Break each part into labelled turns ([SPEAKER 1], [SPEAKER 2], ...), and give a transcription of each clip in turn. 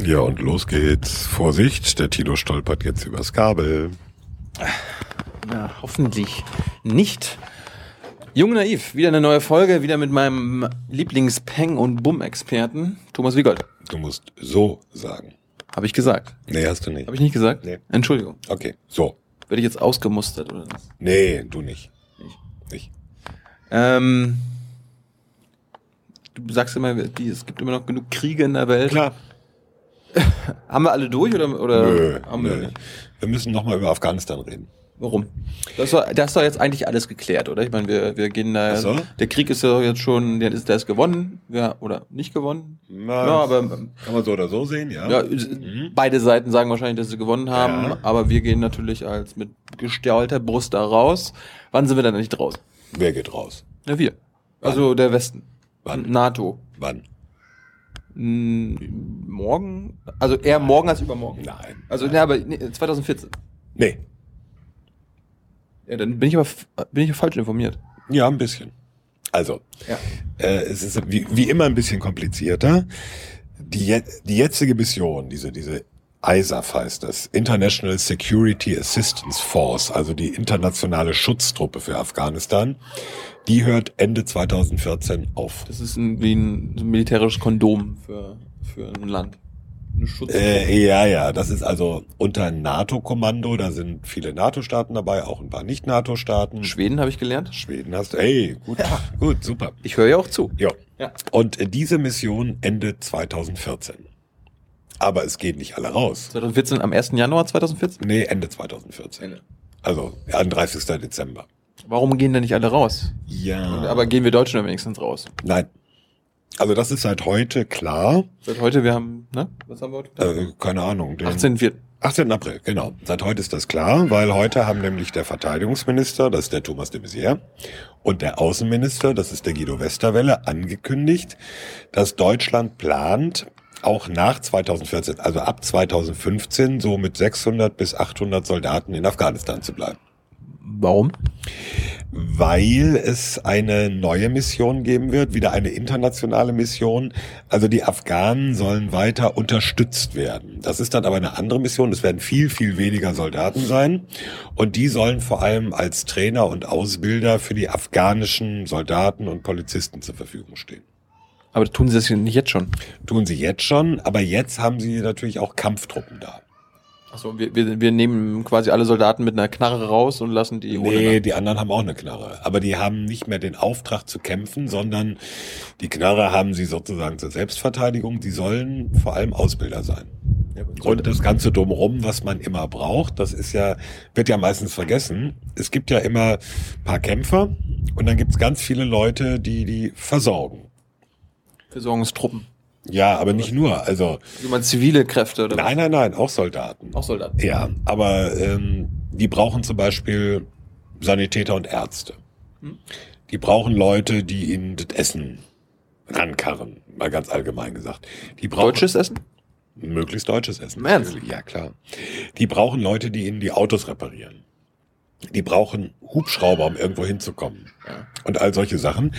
[SPEAKER 1] Ja, und los geht's. Vorsicht, der Tilo stolpert jetzt übers Kabel.
[SPEAKER 2] Na, hoffentlich nicht. Jung Naiv, wieder eine neue Folge, wieder mit meinem Lieblings-Peng- und Bumm-Experten, Thomas Wiegold.
[SPEAKER 1] Du musst so sagen.
[SPEAKER 2] Habe ich gesagt.
[SPEAKER 1] Nee, hast du nicht.
[SPEAKER 2] Habe ich nicht gesagt?
[SPEAKER 1] Nee.
[SPEAKER 2] Entschuldigung.
[SPEAKER 1] Okay, so.
[SPEAKER 2] Werde ich jetzt ausgemustert oder was?
[SPEAKER 1] Nee, du nicht.
[SPEAKER 2] Nicht.
[SPEAKER 1] Nicht.
[SPEAKER 2] Ähm, du sagst immer, die, es gibt immer noch genug Kriege in der Welt. Haben wir alle durch oder, oder
[SPEAKER 1] Nö,
[SPEAKER 2] Äh, haben wir
[SPEAKER 1] nö.
[SPEAKER 2] nicht?
[SPEAKER 1] Wir müssen nochmal über Afghanistan reden.
[SPEAKER 2] Warum? Das war, das war jetzt eigentlich alles geklärt, oder? Ich meine, wir, wir gehen da.
[SPEAKER 1] Ach so.
[SPEAKER 2] Der Krieg ist ja jetzt schon, der ist, der ist gewonnen, ja, oder nicht gewonnen.
[SPEAKER 1] Na,
[SPEAKER 2] Ja, aber ähm,
[SPEAKER 1] Kann man so oder so sehen, ja?
[SPEAKER 2] ja, es- beide Seiten sagen wahrscheinlich, dass sie gewonnen haben,
[SPEAKER 1] Mhm. Ja.
[SPEAKER 2] aber wir gehen natürlich als mit gestahlter Brust da raus. Wann sind wir dann nicht raus?
[SPEAKER 1] Wer geht raus?
[SPEAKER 2] Na, wir. Also der Westen.
[SPEAKER 1] Wann?
[SPEAKER 2] NATO.
[SPEAKER 1] Wann?
[SPEAKER 2] Mm, Morgen? Also eher morgen als übermorgen.
[SPEAKER 1] Nein.
[SPEAKER 2] Also, ne, aber nee, 2014.
[SPEAKER 1] Nee.
[SPEAKER 2] Ja, dann bin ich aber f- bin ich falsch informiert.
[SPEAKER 1] Ja, ein bisschen. Also,
[SPEAKER 2] Ja.
[SPEAKER 1] Äh, es ist wie, wie immer ein bisschen komplizierter. Die, je- die jetzige Mission, diese, diese ISAF heißt das, International Security Assistance Force, also die internationale Schutztruppe für Afghanistan, die hört Ende 2014 auf.
[SPEAKER 2] Das ist ein, wie ein, so ein militärisches Kondom für, für ein Land. Eine Schutz.
[SPEAKER 1] Äh, ja, ja, das ist also unter NATO-Kommando, da sind viele NATO-Staaten dabei, auch ein paar Nicht-NATO-Staaten.
[SPEAKER 2] Schweden habe ich gelernt.
[SPEAKER 1] Schweden hast du, hey, gut, gut, super.
[SPEAKER 2] Ich höre ja auch zu.
[SPEAKER 1] Ja.
[SPEAKER 2] Ja.
[SPEAKER 1] Und äh, diese Mission endet 2014. Aber es gehen nicht alle raus.
[SPEAKER 2] 2014, am 1. Januar 2014?
[SPEAKER 1] Nee, Ende 2014.
[SPEAKER 2] Ende.
[SPEAKER 1] Also am 30. Dezember.
[SPEAKER 2] Warum gehen denn nicht alle raus?
[SPEAKER 1] Ja.
[SPEAKER 2] Aber gehen wir Deutschen dann wenigstens raus?
[SPEAKER 1] Nein. Also das ist seit heute klar.
[SPEAKER 2] Seit heute, wir haben, ne? Was haben wir heute?
[SPEAKER 1] Äh, keine Ahnung. Den
[SPEAKER 2] 18.04.
[SPEAKER 1] 18. April, genau. Seit heute ist das klar, weil heute haben nämlich der Verteidigungsminister, das ist der Thomas de Maizière, und der Außenminister, das ist der Guido Westerwelle, angekündigt, dass Deutschland plant, auch nach 2014, also ab 2015, so mit 600 bis 800 Soldaten in Afghanistan zu bleiben.
[SPEAKER 2] Warum?
[SPEAKER 1] weil es eine neue Mission geben wird, wieder eine internationale Mission. Also die Afghanen sollen weiter unterstützt werden. Das ist dann aber eine andere Mission. Es werden viel, viel weniger Soldaten sein. Und die sollen vor allem als Trainer und Ausbilder für die afghanischen Soldaten und Polizisten zur Verfügung stehen.
[SPEAKER 2] Aber tun sie das hier nicht jetzt schon?
[SPEAKER 1] Tun sie jetzt schon, aber jetzt haben sie natürlich auch Kampftruppen da.
[SPEAKER 2] Achso, wir, wir, wir nehmen quasi alle Soldaten mit einer Knarre raus und lassen die
[SPEAKER 1] Nee, die anderen haben auch eine Knarre. Aber die haben nicht mehr den Auftrag zu kämpfen, sondern die Knarre haben sie sozusagen zur Selbstverteidigung. Die sollen vor allem Ausbilder sein. Und das ganze Drumherum, was man immer braucht, das ist ja, wird ja meistens vergessen. Es gibt ja immer ein paar Kämpfer und dann gibt's ganz viele Leute, die die versorgen.
[SPEAKER 2] Versorgungstruppen.
[SPEAKER 1] Ja, aber nicht nur. Also,
[SPEAKER 2] Also man zivile Kräfte oder
[SPEAKER 1] nein, nein, nein, auch Soldaten.
[SPEAKER 2] was? Auch Soldaten.
[SPEAKER 1] Ja, aber ähm, die brauchen zum Beispiel Sanitäter und Ärzte.
[SPEAKER 2] Hm.
[SPEAKER 1] Die brauchen Leute, die ihnen das Essen rankarren, mal ganz allgemein gesagt. Die brauchen
[SPEAKER 2] Deutsches Essen?
[SPEAKER 1] möglichst deutsches Essen.
[SPEAKER 2] Im Ernst?
[SPEAKER 1] natürlich. Ja, klar. Die brauchen Leute, die ihnen die Autos reparieren. Die brauchen Hubschrauber, um irgendwo hinzukommen.
[SPEAKER 2] Ja.
[SPEAKER 1] Und all solche Sachen.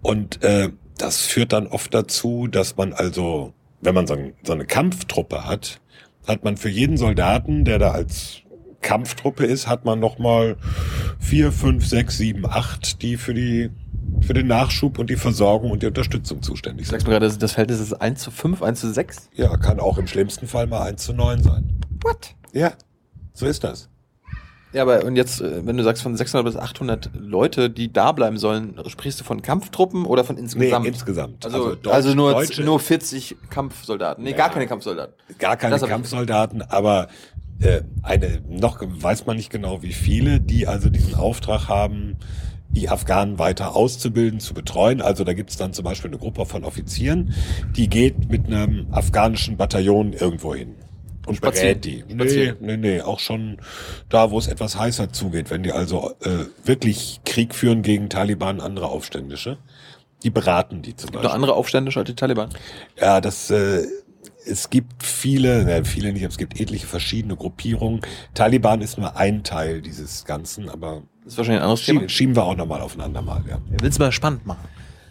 [SPEAKER 1] Und äh, das führt dann oft dazu, dass man also, wenn man so, ein, so eine Kampftruppe hat, hat man für jeden Soldaten, der da als Kampftruppe ist, hat man nochmal vier, fünf, sechs, sieben, acht, die für die für den Nachschub und die Versorgung und die Unterstützung zuständig
[SPEAKER 2] Ich
[SPEAKER 1] sind.
[SPEAKER 2] sag's mir gerade, das- das Verhältnis ist 1 zu 5, 1 zu 6.
[SPEAKER 1] Ja, kann auch im schlimmsten Fall mal eins zu neun sein.
[SPEAKER 2] What?
[SPEAKER 1] Ja, so ist das.
[SPEAKER 2] Ja, aber und jetzt, äh, wenn du sagst von 600 bis 800 Leute, die da bleiben sollen, sprichst du von Kampftruppen oder von insgesamt?
[SPEAKER 1] insgesamt.
[SPEAKER 2] also,
[SPEAKER 1] Deutsch-
[SPEAKER 2] also, nur,
[SPEAKER 1] Deutsche,
[SPEAKER 2] nur 40 Kampfsoldaten. Nee,
[SPEAKER 1] Ja.
[SPEAKER 2] gar keine Kampfsoldaten.
[SPEAKER 1] gar keine
[SPEAKER 2] das hab ich-
[SPEAKER 1] Kampfsoldaten, aber äh, eine noch weiß man nicht genau wie viele, die also diesen Auftrag haben, die Afghanen weiter auszubilden, zu betreuen. Also da gibt's dann zum Beispiel eine Gruppe von Offizieren, die geht mit einem afghanischen Bataillon irgendwo hin. Und
[SPEAKER 2] Spazieren.
[SPEAKER 1] berät die. Nee,
[SPEAKER 2] Spazieren.
[SPEAKER 1] nee, nee, auch schon da, wo es etwas heißer zugeht, wenn die also äh, wirklich Krieg führen gegen Taliban, andere Aufständische. Die beraten die zum Beispiel.
[SPEAKER 2] Noch andere Aufständische als die Taliban.
[SPEAKER 1] Ja, das äh, es gibt viele, ne, viele nicht, aber es gibt etliche verschiedene Gruppierungen. Taliban ist nur ein Teil dieses Ganzen, aber
[SPEAKER 2] Das ist wahrscheinlich ein anderes Thema.
[SPEAKER 1] schieben, schieben wir auch nochmal aufeinander mal. Ja.
[SPEAKER 2] Willst du mal spannend machen?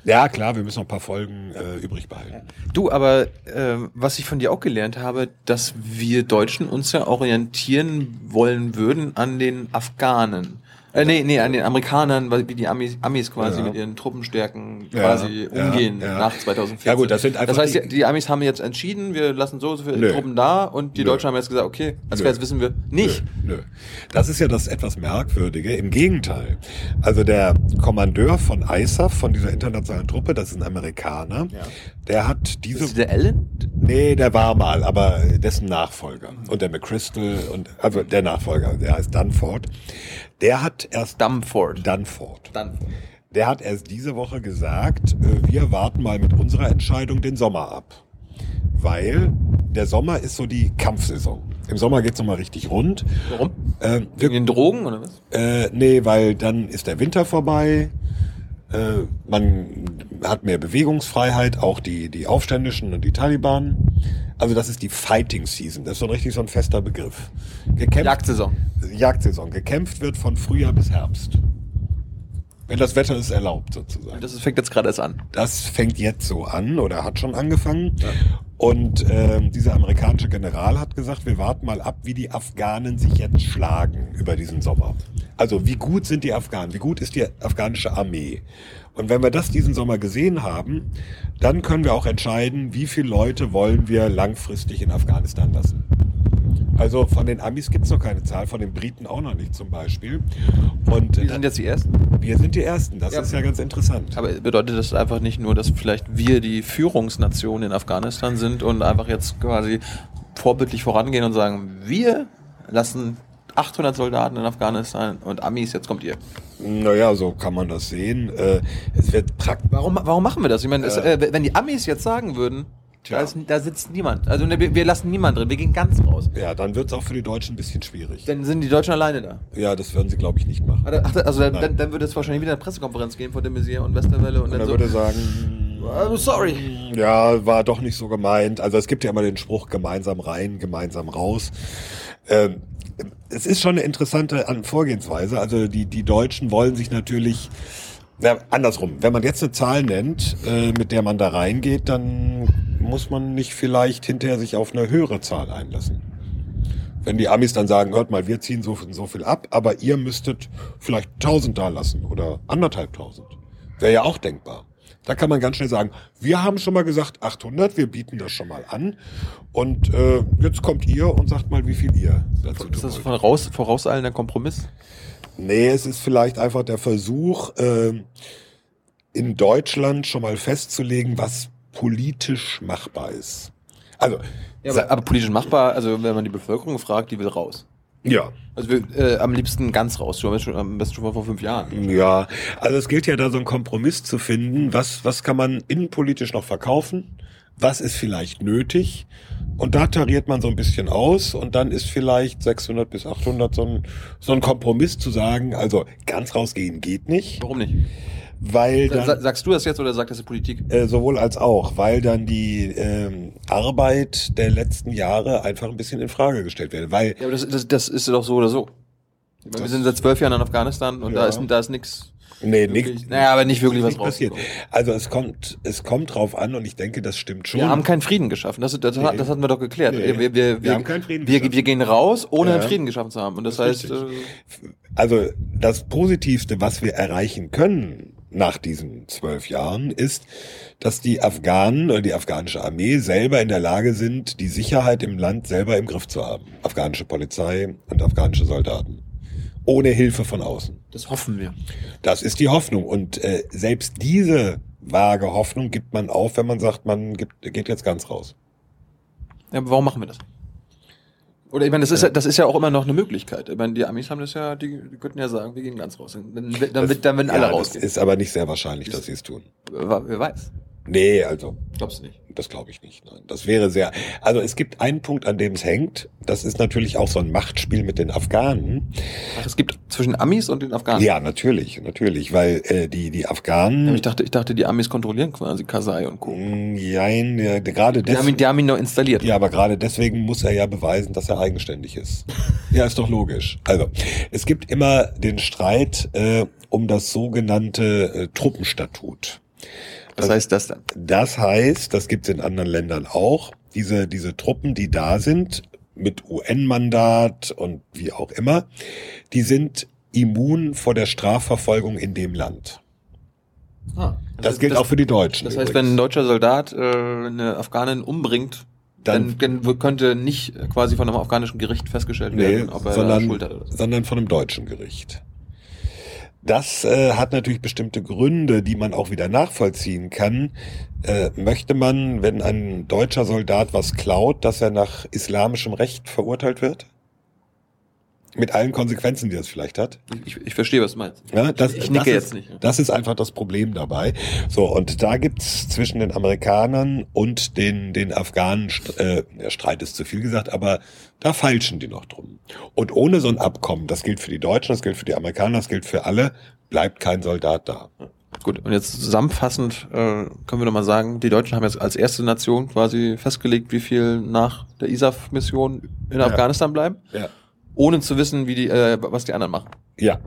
[SPEAKER 1] Ja, klar, wir müssen noch ein paar Folgen äh, übrig behalten.
[SPEAKER 2] Du, aber äh, was ich von dir auch gelernt habe, dass wir Deutschen uns ja orientieren wollen würden an den Afghanen. Äh, nee, nee, an den Amerikanern, weil wie die Amis, Amis quasi
[SPEAKER 1] Ja.
[SPEAKER 2] mit ihren Truppenstärken
[SPEAKER 1] Ja,
[SPEAKER 2] quasi
[SPEAKER 1] ja,
[SPEAKER 2] umgehen
[SPEAKER 1] ja.
[SPEAKER 2] nach 2014.
[SPEAKER 1] Ja, gut, das sind einfach
[SPEAKER 2] Das heißt,
[SPEAKER 1] die-
[SPEAKER 2] die, die Amis haben jetzt entschieden, wir lassen so, und so viele
[SPEAKER 1] Nö.
[SPEAKER 2] Truppen da und die
[SPEAKER 1] Nö.
[SPEAKER 2] Deutschen haben jetzt gesagt, okay, als
[SPEAKER 1] Nö.
[SPEAKER 2] wäre wissen wir nicht.
[SPEAKER 1] Nö, nö. Das ist ja das etwas Merkwürdige. Im Gegenteil. Also der Kommandeur von ISAF, von dieser internationalen Truppe, das ist ein Amerikaner, der hat diese...
[SPEAKER 2] Ist der Allen?
[SPEAKER 1] Nee, der war mal, aber dessen Nachfolger. Und der McChrystal und also der Nachfolger, der heißt Dunford. Der hat erst
[SPEAKER 2] Dumford.
[SPEAKER 1] Dunford.
[SPEAKER 2] Dann.
[SPEAKER 1] Der hat erst diese Woche gesagt, äh, wir warten mal mit unserer Entscheidung den Sommer ab. Weil der Sommer ist so die Kampfsaison. Im Sommer geht's nochmal richtig rund.
[SPEAKER 2] Warum?
[SPEAKER 1] Äh, wir
[SPEAKER 2] Wegen den Drogen oder was?
[SPEAKER 1] äh, nee, weil dann ist der Winter vorbei. Äh, man hat mehr Bewegungsfreiheit, auch die, die Aufständischen und die Taliban. Also das ist die Fighting Season. Das ist so ein richtig so ein fester Begriff. Gekämpft,
[SPEAKER 2] Jagdsaison.
[SPEAKER 1] Jagdsaison. Gekämpft wird von Frühjahr bis Herbst. Wenn das Wetter es erlaubt, sozusagen.
[SPEAKER 2] Das fängt jetzt gerade erst an.
[SPEAKER 1] Das fängt jetzt so an oder hat schon angefangen. Und ähm, dieser amerikanische General hat gesagt, wir warten mal ab, wie die Afghanen sich jetzt schlagen über diesen Sommer. Also wie gut sind die Afghanen, wie gut ist die afghanische Armee. Und wenn wir das diesen Sommer gesehen haben, dann können wir auch entscheiden, wie viele Leute wollen wir langfristig in Afghanistan lassen. Also von den Amis gibt's noch keine Zahl, von den Briten auch noch nicht zum Beispiel. Und
[SPEAKER 2] Wir sind jetzt die Ersten.
[SPEAKER 1] wir sind die Ersten, das
[SPEAKER 2] Ja.
[SPEAKER 1] ist ja ganz interessant.
[SPEAKER 2] Aber bedeutet das einfach nicht nur, dass vielleicht wir die Führungsnation in Afghanistan sind und einfach jetzt quasi vorbildlich vorangehen und sagen, wir lassen 800 Soldaten in Afghanistan und Amis, jetzt kommt ihr.
[SPEAKER 1] Naja, so kann man das sehen. Äh, es wird praktisch.
[SPEAKER 2] Warum, warum machen wir das? Ich meine, es,
[SPEAKER 1] Äh.
[SPEAKER 2] äh, wenn die Amis jetzt sagen würden,
[SPEAKER 1] Tja.
[SPEAKER 2] da, ist, da sitzt niemand. Also ne, wir wir lassen niemanden drin, wir gehen ganz raus.
[SPEAKER 1] Ja, dann wird es auch für die Deutschen ein bisschen schwierig.
[SPEAKER 2] Dann sind die Deutschen alleine da.
[SPEAKER 1] Ja, das würden sie, glaube ich, nicht machen.
[SPEAKER 2] Ach, Also dann,
[SPEAKER 1] Nein.
[SPEAKER 2] dann, dann würde es wahrscheinlich wieder eine Pressekonferenz geben vor dem Messier und Westerwelle
[SPEAKER 1] Und
[SPEAKER 2] und dann,
[SPEAKER 1] er
[SPEAKER 2] so.
[SPEAKER 1] würde sagen, Mm.
[SPEAKER 2] I'm sorry.
[SPEAKER 1] ja, war doch nicht so gemeint. Also es gibt ja immer den Spruch, gemeinsam rein, gemeinsam raus. Ähm, es ist schon eine interessante An- Vorgehensweise. Also die, die Deutschen wollen sich natürlich, na, andersrum, wenn man jetzt eine Zahl nennt, äh, mit der man da reingeht, dann muss man nicht vielleicht hinterher sich auf eine höhere Zahl einlassen. Wenn die Amis dann sagen, hört mal, wir ziehen so, viel- so viel ab, aber ihr müsstet vielleicht 1000 da lassen oder anderthalb tausend. Wäre ja auch denkbar. Da kann man ganz schnell sagen, wir haben schon mal gesagt 800, wir bieten das schon mal an. Und äh, jetzt kommt ihr und sagt mal, wie viel ihr dazu
[SPEAKER 2] Ist das
[SPEAKER 1] wollt.
[SPEAKER 2] von raus, vorauseilender Kompromiss?
[SPEAKER 1] Nee, es ist vielleicht einfach der Versuch, ähm, in Deutschland schon mal festzulegen, was politisch machbar ist. Also,
[SPEAKER 2] Ja,
[SPEAKER 1] sa-
[SPEAKER 2] aber, aber politisch machbar, also wenn man die Bevölkerung fragt, die will raus.
[SPEAKER 1] ja.
[SPEAKER 2] Also wir, äh, am liebsten ganz raus, schon, am besten- am besten schon mal vor fünf Jahren.
[SPEAKER 1] Ja, also es gilt ja da so einen Kompromiss zu finden. Was, was kann man innenpolitisch noch verkaufen? Was ist vielleicht nötig? Und da tariert man so ein bisschen aus und dann ist vielleicht 600 bis 800 so ein, so ein Kompromiss zu sagen, also ganz rausgehen geht nicht,
[SPEAKER 2] Warum nicht?
[SPEAKER 1] weil
[SPEAKER 2] Sa-
[SPEAKER 1] dann...
[SPEAKER 2] sa- Sagst du das jetzt oder sagt das die Politik?
[SPEAKER 1] Äh, sowohl als auch, weil dann die ähm, Arbeit der letzten Jahre einfach ein bisschen in Frage gestellt wird. Weil
[SPEAKER 2] Ja, aber das, das, das ist doch so oder so. Ich meine, Wir
[SPEAKER 1] Das-
[SPEAKER 2] sind seit zwölf Jahren in Afghanistan und da
[SPEAKER 1] Ja.
[SPEAKER 2] ist, da ist nichts.
[SPEAKER 1] nee,
[SPEAKER 2] wirklich-
[SPEAKER 1] nicht,
[SPEAKER 2] Naja, aber nicht wirklich was
[SPEAKER 1] nicht passiert.
[SPEAKER 2] rausgekommen.
[SPEAKER 1] Also es kommt, es kommt drauf an und ich denke, das stimmt schon.
[SPEAKER 2] Wir haben keinen Frieden geschaffen. Das, das,
[SPEAKER 1] Nee.
[SPEAKER 2] das hatten wir doch geklärt.
[SPEAKER 1] Nee.
[SPEAKER 2] Wir, wir, wir,
[SPEAKER 1] Wir haben keinen Frieden
[SPEAKER 2] wir,
[SPEAKER 1] geschaffen.
[SPEAKER 2] wir gehen raus, ohne
[SPEAKER 1] Ja.
[SPEAKER 2] einen Frieden geschaffen zu haben. Und das,
[SPEAKER 1] Das
[SPEAKER 2] heißt,
[SPEAKER 1] ist
[SPEAKER 2] äh,
[SPEAKER 1] also das Positivste, was wir erreichen können nach diesen zwölf Jahren, ist, dass die Afghanen oder die afghanische Armee selber in der Lage sind, die Sicherheit im Land selber im Griff zu haben. Afghanische Polizei und afghanische Soldaten. Ohne Hilfe von außen.
[SPEAKER 2] das hoffen wir.
[SPEAKER 1] Das ist die Hoffnung. Und äh, selbst diese vage Hoffnung gibt man auf, wenn man sagt, man gibt, geht jetzt ganz raus.
[SPEAKER 2] Ja, aber warum machen wir das? Äh. Oder ich meine, das ist ja, das ist ja auch immer noch eine Möglichkeit. Ich meine, die Amis haben das ja, die, die könnten ja sagen, wir gehen ganz raus. Dann, dann, dann, wird- dann werden alle
[SPEAKER 1] ja,
[SPEAKER 2] rausgehen.
[SPEAKER 1] Das ist aber nicht sehr wahrscheinlich,
[SPEAKER 2] Ist-
[SPEAKER 1] dass sie es tun.
[SPEAKER 2] Wa- Wer weiß.
[SPEAKER 1] Nee, also
[SPEAKER 2] Glaubst du nicht?
[SPEAKER 1] Das glaube ich nicht. Nein. Das wäre sehr. Also es gibt einen Punkt, an dem es hängt. Das ist natürlich auch so ein Machtspiel mit den Afghanen.
[SPEAKER 2] Ach, es gibt zwischen Amis und den Afghanen.
[SPEAKER 1] Ja, natürlich, natürlich, weil äh, die die
[SPEAKER 2] Ja,
[SPEAKER 1] Afghanen.
[SPEAKER 2] Ich dachte, ich dachte, die Amis kontrollieren quasi Kasai und Co.
[SPEAKER 1] Mm, Jein, ja, gerade
[SPEAKER 2] Die haben, ihn,
[SPEAKER 1] deswegen.
[SPEAKER 2] die haben ihn noch installiert.
[SPEAKER 1] Ja, aber gerade deswegen muss er ja beweisen, dass er eigenständig ist. ja, ist doch logisch. Also es gibt immer den Streit äh, um das sogenannte äh, Truppenstatut.
[SPEAKER 2] Was heißt das dann?
[SPEAKER 1] Das heißt, das gibt's in anderen Ländern auch, diese, diese Truppen, die da sind, mit UN-Mandat und wie auch immer, die sind immun vor der Strafverfolgung in dem Land.
[SPEAKER 2] Ah,
[SPEAKER 1] Das, gilt auch für die Deutschen.
[SPEAKER 2] Das heißt, wenn ein
[SPEAKER 1] übrigens.
[SPEAKER 2] deutscher Soldat äh, eine Afghanin umbringt, dann,
[SPEAKER 1] Dann-
[SPEAKER 2] dann könnte nicht äh, quasi von einem afghanischen Gericht festgestellt
[SPEAKER 1] Nee,
[SPEAKER 2] werden, ob er da
[SPEAKER 1] sondern,
[SPEAKER 2] schuld hat. Oder so.
[SPEAKER 1] sondern von einem deutschen Gericht. Das äh, hat natürlich bestimmte Gründe, die man auch wieder nachvollziehen kann. Äh, möchte man, wenn ein deutscher Soldat was klaut, dass er nach islamischem Recht verurteilt wird? Mit allen Konsequenzen, die das vielleicht hat.
[SPEAKER 2] Ich, ich verstehe, was du meinst.
[SPEAKER 1] Ja, das,
[SPEAKER 2] Ich nicke
[SPEAKER 1] das
[SPEAKER 2] jetzt
[SPEAKER 1] ist,
[SPEAKER 2] nicht, ja.
[SPEAKER 1] Das ist einfach das Problem dabei. So, und da gibt's zwischen den Amerikanern und den, den Afghanen, St- äh, der Streit ist zu viel gesagt, aber da feilschen die noch drum. Und ohne so ein Abkommen, das gilt für die Deutschen, das gilt für die Amerikaner, das gilt für alle, bleibt kein Soldat da.
[SPEAKER 2] Gut, und jetzt zusammenfassend äh, können wir nochmal sagen, die Deutschen haben jetzt als erste Nation quasi festgelegt, wie viel nach der ISAF-Mission in
[SPEAKER 1] Ja.
[SPEAKER 2] Afghanistan bleiben,
[SPEAKER 1] Ja.
[SPEAKER 2] ohne zu wissen, wie die, äh, was die anderen machen.
[SPEAKER 1] Ja.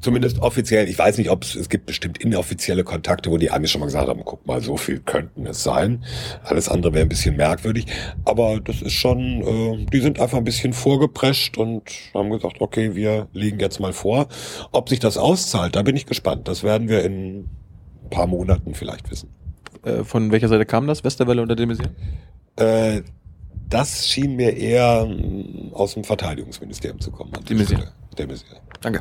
[SPEAKER 1] Zumindest offiziell. Ich weiß nicht, ob es, es gibt bestimmt inoffizielle Kontakte, wo die Amis schon mal gesagt haben, guck mal, so viel könnten es sein. Alles andere wäre ein bisschen merkwürdig. Aber das ist schon, äh, die sind einfach ein bisschen vorgeprescht und haben gesagt, okay, wir legen jetzt mal vor. Ob sich das auszahlt, da bin ich gespannt. Das werden wir in ein paar Monaten vielleicht wissen.
[SPEAKER 2] Äh, von welcher Seite kam das? Westerwelle oder Demisier?
[SPEAKER 1] Äh, das schien mir eher mh, aus dem Verteidigungsministerium zu kommen. an der
[SPEAKER 2] Demisier.
[SPEAKER 1] Stelle. Demisier.
[SPEAKER 2] Danke.